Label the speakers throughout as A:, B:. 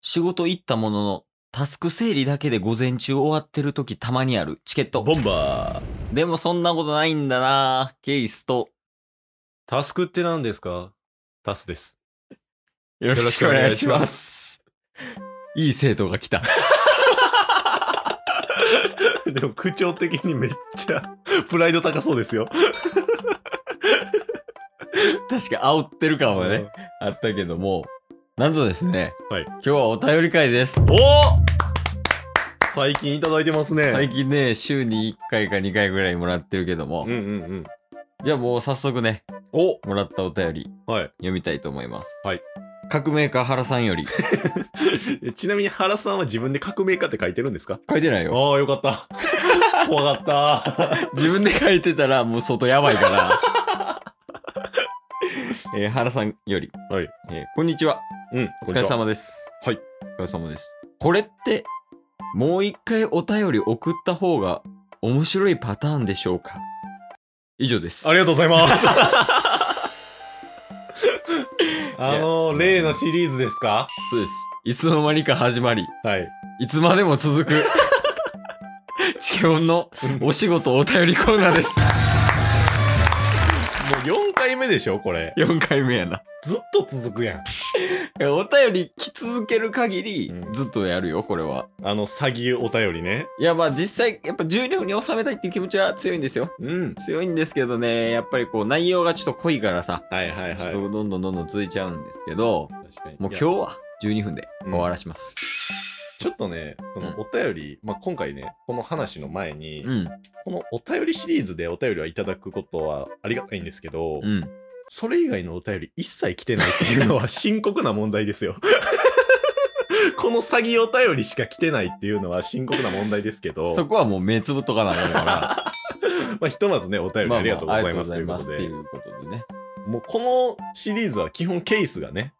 A: 仕事行ったものの、タスク整理だけで午前中終わってる時たまにあるチケット。
B: ボンバー。
A: でもそんなことないんだなケイスと。
B: タスクって何ですかタスです。
A: よ。
B: ろしくお願いします
A: いい生徒が来た。
B: でも口調的にめっちゃプライド高そうですよ。
A: 確か煽ってる感はね、あったけども。なんとですね、
B: はい
A: 今日はお便り会です。
B: お最近いただいてますね。
A: 最近ね、週に1回か2回ぐらいもらってるけども
B: うん。うんうん。
A: じゃあもう早速ね、
B: お
A: もらったお便り
B: はい
A: 読みたいと思います。
B: はい。
A: 革命家原さんより。
B: え。ちなみに原さんは自分で革命家って書いてるんですか
A: 書いてないよ。
B: ああ、よか った。怖かった。
A: 自分で書いてたらもう相当やばい から。えー原さんより、
B: はい
A: えーこんにちは。
B: うん。
A: お疲れ様です。
B: はい。
A: お疲れ様です。これって、もう一回お便り送った方が面白いパターンでしょうか以上です。
B: ありがとうございます。 あの、例のシリーズですか
A: そうです。いつの間にか始まり、
B: はい。
A: いつまでも続 く。チケオンの
B: うんもう
A: お仕事お便りコーナーです。
B: 4回目でしょこれ。
A: 4回目やな。
B: ずっと続くやん。
A: えお便り来続ける限り、
B: うん
A: ずっとやるよ、これは。
B: あの、詐欺お便りね。
A: いやまあ実際やっぱ重量に収めたいっていう気持ちは強いんですよ
B: うん。
A: 強いんですけどねやっぱりこう内容がちょっと濃いからさ、
B: はいはい
A: ち
B: はい。
A: ょっとどんどんどんどん続いちゃうんですけど
B: 確かに
A: もう
B: い
A: 今
B: や
A: 日は12分で終わらします
B: ちょっとね、そのお便り、まあ、今回ね、この話の前に、
A: うん
B: このお便りシリーズでお便りはいただくことはありがたいんですけど、
A: うん
B: それ以外のお便り一切来てないっていうのは深刻な問題ですよ。 この詐欺お便りしか来てないっていうのは深刻な問題ですけど、
A: そこはもう目つぶっとかなあかん から
B: まあ、ひとまずね、お便り
A: ま
B: ありがとうございます
A: あ
B: という
A: ありが、とうござい
B: ことで
A: ますっていうこと でね
B: もうこのシリーズは基本ケースがね、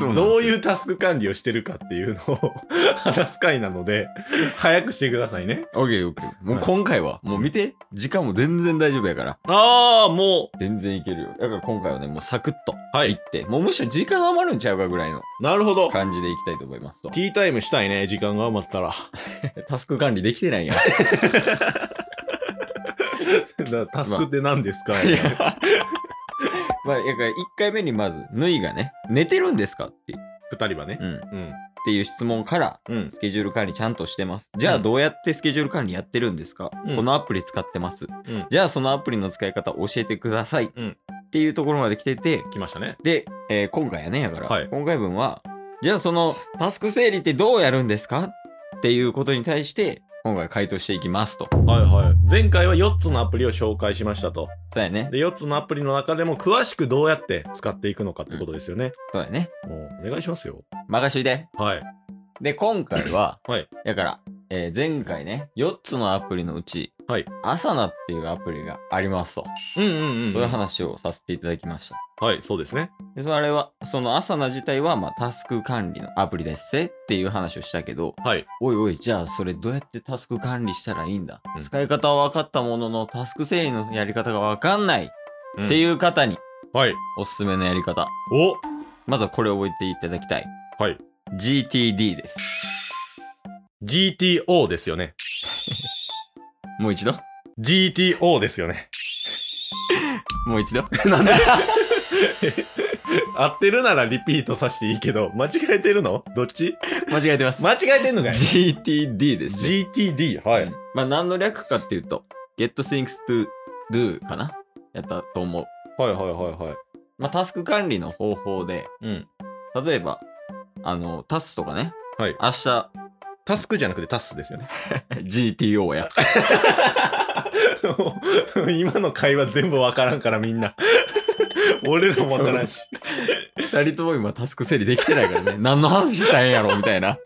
A: ど
B: ど
A: う
B: う
A: い
B: いううタスク管理をしてるかっていうのを 話す回なので、早くしてくださいね。
A: オッケーオッケーもう今回は、もう見て時間も全然大丈夫やから
B: ああ、も
A: 全然いけるよだから今回はねもうサクッと
B: う。はい
A: いっ。てもうむしろ時間余るんちゃうかぐらいの
B: なるほど。
A: 感じでいきたいと思いますと
B: ティータイムしたいね、時間が余ったら。
A: タスク管理できて ないやん
B: タスクって何ですか、
A: いやまあ、やから1回目にまず、ぬいがね、寝てるんですかって,、
B: 二人はね
A: う。ん、っ
B: うん。
A: ていう質問から、
B: うん。
A: スケジュール管理ちゃんとしてます。じゃあ、
B: うん
A: どうやってスケジュール管理やってるんですか、
B: うん
A: このアプリ使ってます。
B: うん
A: じゃあ、そのアプリの使い方教えてください。
B: うん
A: っていうところまで来てて、
B: 来ましたね。
A: で、えー今回やね、やから、
B: はい
A: 今回分は、じゃあ、そのタスク整理ってどうやるんですかっていうことに対して、今回回答していきますと。
B: はいはい。前回は4つのアプリを紹介しましたと。
A: そうやね
B: で、。4つのアプリの中でも詳しくどうやって使っていくのかってことですよね。
A: そうやね。
B: もうお願いしますよ。
A: 任しといて。
B: はい。
A: で、今回は、
B: はい
A: だから、えー前回ね、4つのアプリのうち、
B: はい
A: アサナっていうアプリがありますと、
B: うんうんうん。
A: そういう。話をさせていただきました。
B: はい、そうですね。
A: で、それは、そのアサナ自体は、まあ、タスク管理のアプリですせっていう話をしたけど、
B: はい。
A: おいおい、じゃあ、それどうやってタスク管理したらいいんだ、
B: うん
A: 使い方は分かったものの、タスク整理のやり方が分かんない
B: うん
A: っていう方に、
B: はい。
A: おすすめのやり方。
B: お
A: まずはこれを覚えていただきたい。
B: はい
A: GTD です。
B: GTO ですよね。
A: もう一度
B: GTO ですよね。
A: もう一度
B: 合ってるならリピートさせていいけど、間違えてるのどっち
A: 間違えてます。
B: 間違えてんのかい
A: GTD です、ね。
B: GTD。は
A: うん。まあ何の略かっていうと、Get Things to Do かなやったと思う。
B: はいはいはいはい。
A: まあタスク管理の方法で、
B: うん。
A: 例えば、あの、タスとかね、
B: はい
A: 明日、
B: タスクじゃなくてタスですよね。
A: GTO や。
B: 今の会話全部わからんからみんな。 俺らもわからんし。
A: 二人とも今タスク整理できてないから ね、何の話したんやろみたいな。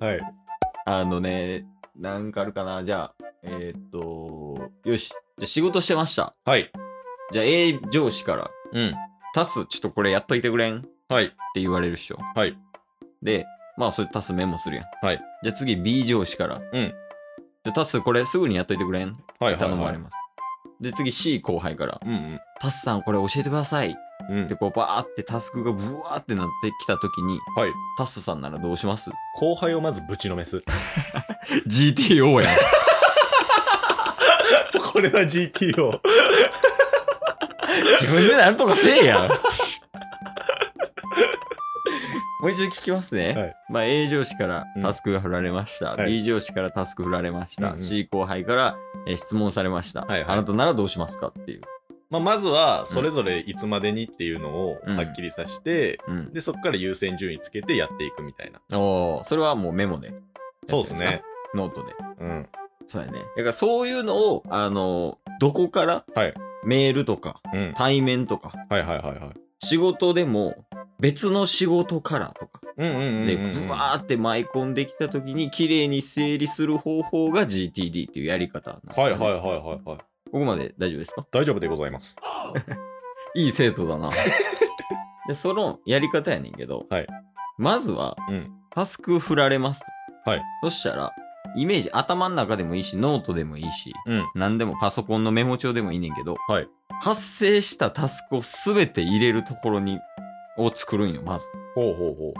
B: はい。
A: あのね、なんかあるかなじゃあ、えーっと、よし。じゃあ仕事してました。
B: はい。
A: じゃあ A 上司から、
B: うん。
A: タス、ちょっとこれやっといてくれんって
B: はい。
A: 言われるっしょ。
B: はい。
A: で、まあ、それタスメモするやん。
B: はい。
A: じゃあ次、B 上司から。
B: うん
A: じゃあタス、これすぐにやっといてくれん
B: はい。
A: 頼まれます。で、次、C 後輩から。
B: うんうん。
A: タスさん、これ教えてください。
B: うん
A: で、こうバーってタスクがブワーってなってきた時に、
B: はい。
A: タッスさんならどうします
B: 後輩をまずぶちのめす。
A: ?GTO やん。
B: これは GTO。
A: 自分でなんとかせえやん。 もう一度聞きますね。
B: はい
A: まあ A 上司から
B: うん
A: タスクが振られました。
B: はい
A: B 上司からタスク振られました。
B: うんうん
A: C 後輩から、えー質問されました、
B: はいはい
A: あなたならどうしますかっていう。
B: まあ、まずは、それぞれいつまでにっていうのをはっきりさせて、
A: うん。
B: で、そこから優先順位つけてやっていくみたいな。
A: おーそれはもうメモで。
B: そうですね。。
A: ノートで。
B: うん。
A: そうやね。だからそういうのを、あのーどこから、
B: はい
A: メールとか、
B: うん。
A: 対面とか、
B: はいはいはいはい。
A: 仕事でも、別の仕事からとか、
B: うんうんうん
A: で、
B: うん、うん。
A: ブワーって舞い込んできた時に、綺麗に整理する方法が GTD っていうやり方なんですよ
B: はい
A: ね、
B: はいはいはいはい。
A: ここまで大丈夫ですか
B: 大丈夫でござい ます。
A: いい生徒 だな。で、そのやり方やねんけど、
B: はい
A: まずは、
B: うん
A: タスク振られますと。
B: はい
A: そしたら、イメージ、頭の中でもいいし、ノートでもいいし、
B: うん。
A: 何でもパソコンのメモ帳でもいいねんけど、
B: はい
A: 発生したタスクを全て入れるところに、を作るんよ、まず。
B: ほうほうほうほ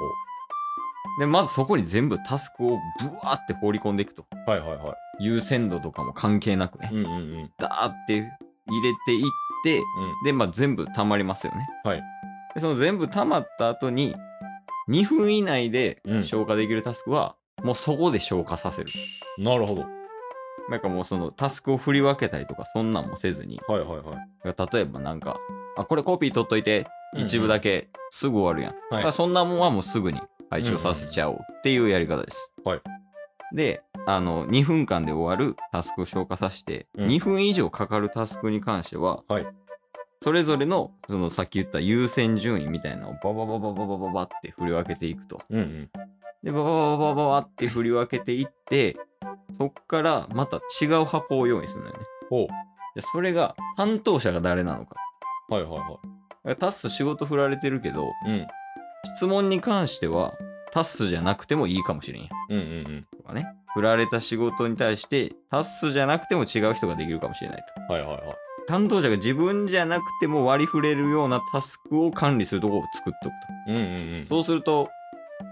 A: で、まずそこに全部タスクをブワーって放り込んでいくと。
B: う。はいはいは
A: 優先度とかも関係なくね
B: い。、うんうんうん。
A: ダーって入れていって、で、まあ、全部溜まりますよね。
B: はい
A: でその全部溜まった後に、2分以内で
B: うん
A: 消化できるタスクは、もうそこで消化させる。
B: うん。なるほど。
A: なんかもうそのタスクを振り分けたりとか、そんなんもせずに、
B: はいはいはい。
A: 例えばなんか、あ、これコピー取っといて、
B: うんうん
A: 一部だけすぐ終わるやん。だからそんなもんはもうすぐに配置をさせちゃおうっていうやり方です。
B: はい
A: で、あの、2分間で終わるタスクを消化させて、
B: うん
A: 2分以上かかるタスクに関しては、
B: はい
A: それぞれの、そのさっき言った優先順位みたいなのをババババババババって振り分けていくと。
B: うんうん。
A: で、バババババババって振り分けていって、そっからまた違う箱を用意するのよね。
B: ほ
A: でそれが担当者が誰なのか。
B: う。はいはいは
A: だからタス仕事振られてるけど、
B: い。うん。
A: 質問に関してはタスじゃなくてもいいかもしれんや
B: うんうんうん。
A: とかね振られた仕事に対してタスじゃなくても違う人ができるかもしれないと
B: はいはいはい。
A: 担当者が自分じゃなくても割り振れるようなタスクを管理するところを作っとく
B: うんうん
A: とそうすると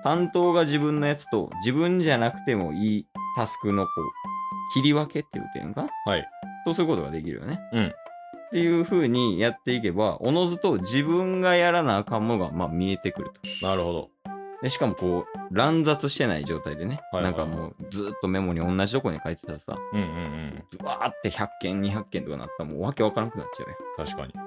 A: 担当が自分のやつと自分じゃなくてもいいタスクのこう切り分けっていう点かな
B: うん。はい。
A: そうすることができるよね
B: うん
A: っていう風にやっていけばおのずと自分がやらなあかんものがまあ見えてくると
B: なるほど。
A: でしかもこう乱雑してない状態でね、
B: はいはいは
A: な
B: い
A: んかもうずーっとメモに同じとこに書いてたらさ
B: うんうんうん。
A: うわーって100件200件とかなったらもうわけわからなくなっちゃう
B: 確かに。あ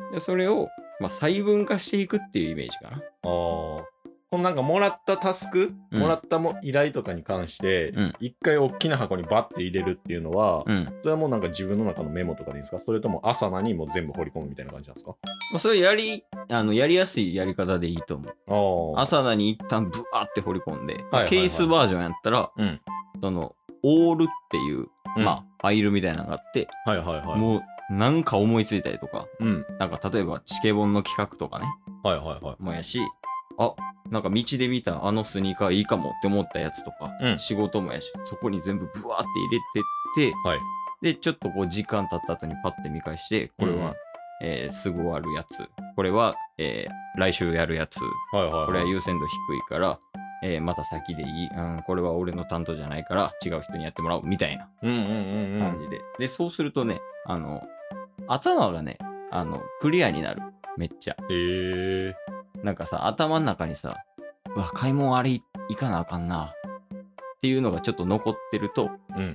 A: よでそれを、まあ、細分化していくっていうイメージかな
B: あ。このなんかもらったタスク、
A: うん
B: もらったも依頼とかに関して
A: うん、
B: 一、回大きな箱にバッて入れるっていうのは、
A: うん、ま
B: それはもうなんか自分の中のメモとかでいいんですかそれとも朝なにもう全部掘り込むみたいな感じなんですか
A: あ、それやりあのやりやすいやり方でいいと思う
B: あ
A: 朝だに一旦ブワーって掘り込んで、
B: はいはい
A: ケースバージョンやったら、
B: うん
A: そのオールっていう、まあファイルみたいなのがあって、
B: あ、はいはいはい。
A: もうなんか思いついたりとか
B: うん。
A: なんか例えばチケボンの企画とかね
B: はいはいはい。
A: もやし、あなんか道で見たあのスニーカーいいかもって思ったやつとか、
B: うん
A: 仕事もやし、そこに全部ブワーって入れてって、
B: はい
A: で、ちょっとこう時間経った後にパッて見返して、これは、
B: うん
A: えーすぐ終わるやつ、これは、えー来週やるやつ、
B: はいはい、はい。
A: これは優先度低いから、えーまた先でいい、うん、これは俺の担当じゃないから違う人にやってもらおうみたいな
B: うんうんうんうん。
A: 感じで。で、そうするとね、あの、頭がね、あの、クリアになる。めっちゃ。
B: へえ
A: なんかさ、頭の中にさ、うわ、買い物あれい行かなあかんな。っていうのがちょっと残ってると、
B: うん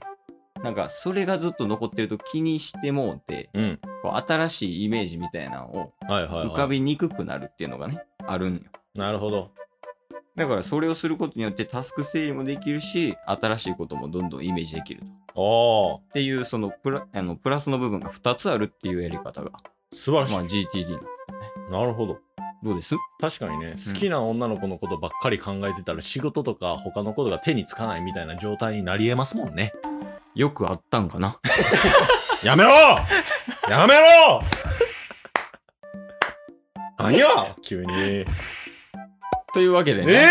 A: なんか、それがずっと残ってると気にしてもうて、
B: うん。
A: こう新しいイメージみたいなのを
B: はいはい、はい。
A: 浮かびにくくなるっていうのがね、あるんよ。
B: なるほど。
A: だから、それをすることによってタスク整理もできるし、新しいこともどんどんイメージできると。
B: ああ、
A: っていう、そのプラあのプラスの部分が2つあるっていうやり方が、
B: 素晴らしい、
A: まあ、GTD の。
B: なるほど。
A: どうです
B: 確かにね、好きな女の子のことばっかり考えてたら、仕事とか他のことが手につかないみたいな状態になり得ますも んね。
A: よくあったんか な
B: やめろやめろ何や急に。え
A: というわけで
B: え
A: ね、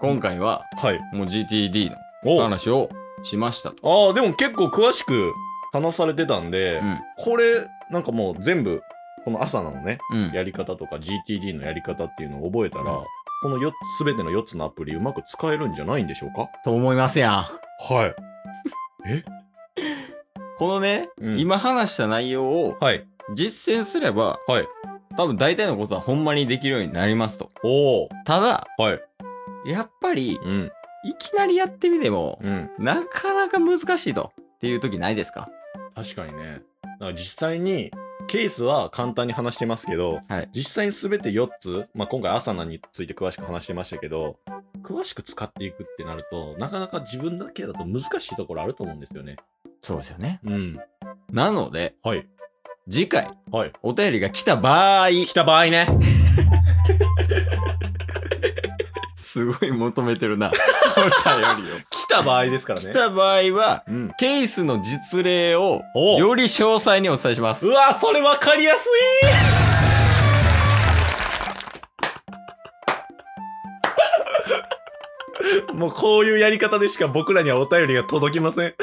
A: 今回は、
B: はい。
A: もう GTD の
B: おあ
A: 話をしましたと。
B: あー、でも結構詳しく話されてたんで、
A: うん
B: これ、なんかもう全部、この朝なのね、
A: うん。
B: やり方とか GTD のやり方っていうのを覚えたら、
A: うん
B: このすべての4つのアプリうまく使えるんじゃないんでしょうか
A: と思いますやん。
B: はい。
A: このね、
B: うん
A: 今話した内容を
B: はい。
A: 実践すれば、
B: はい。
A: 多分大体のことはほんまにできるようになりますと。
B: おお。
A: ただ、
B: はい。
A: やっぱり、
B: うん。
A: いきなりやってみても、
B: うん。
A: なかなか難しいと。っていう時ないですか
B: 確かにね。だから実際に、ケースは簡単に話してますけど、
A: はい
B: 実際にすべて4つ、まあ、今回アサナについて詳しく話してましたけど、詳しく使っていくってなると、なかなか自分だけだと難しいところあると思うんですよね。
A: そうですよね。
B: うん。
A: なので、
B: はい。
A: 次回、
B: はい。
A: お便りが来た場合、
B: 来た場合ね。
A: すごい求めてる な。お便りを。
B: 来た場合ですからね。
A: 来た場合は、
B: うん。
A: ケースの実例を
B: おう
A: より詳細にお伝えします
B: う。わ、それわかりやすいもうこういう やり方でしか僕らにはお便りが届きません。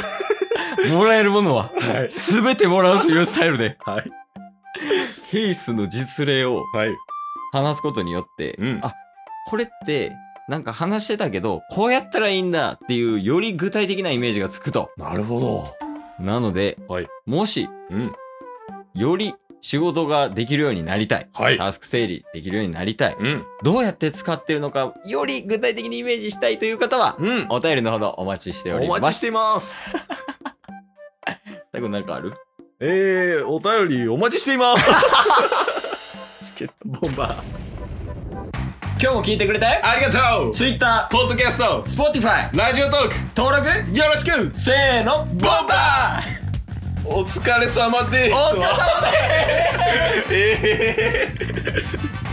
A: もらえるものは
B: はい。
A: 全てもらうというスタイルで、
B: はい。
A: ケースの実例を
B: はい。
A: 話すことによって、
B: うん
A: あ、これって、なんか話してたけど、こうやったらいいんだっていう、より具体的なイメージがつくと。
B: なるほど。
A: なので、
B: はい
A: もし、
B: うん。
A: より仕事ができるようになりたい。
B: はい。
A: タスク整理できるようになりたい。
B: うん。
A: どうやって使ってるのか、より具体的にイメージしたいという方は、
B: うん。
A: お便りのほどお待ちしており
B: お
A: ます。
B: 待ちしています。
A: たくんなんかある
B: えー、お便りお待ちしています。 チケットボンバー。
A: 今日も聞いてくれて
B: ありがとう
A: Twitter、
B: ポッドキャスト、
A: Spotify、
B: ラジオトーク、
A: 登録、
B: よろしく
A: せーの、ボンバ ー
B: お疲れ様です
A: お疲れ様です
B: えー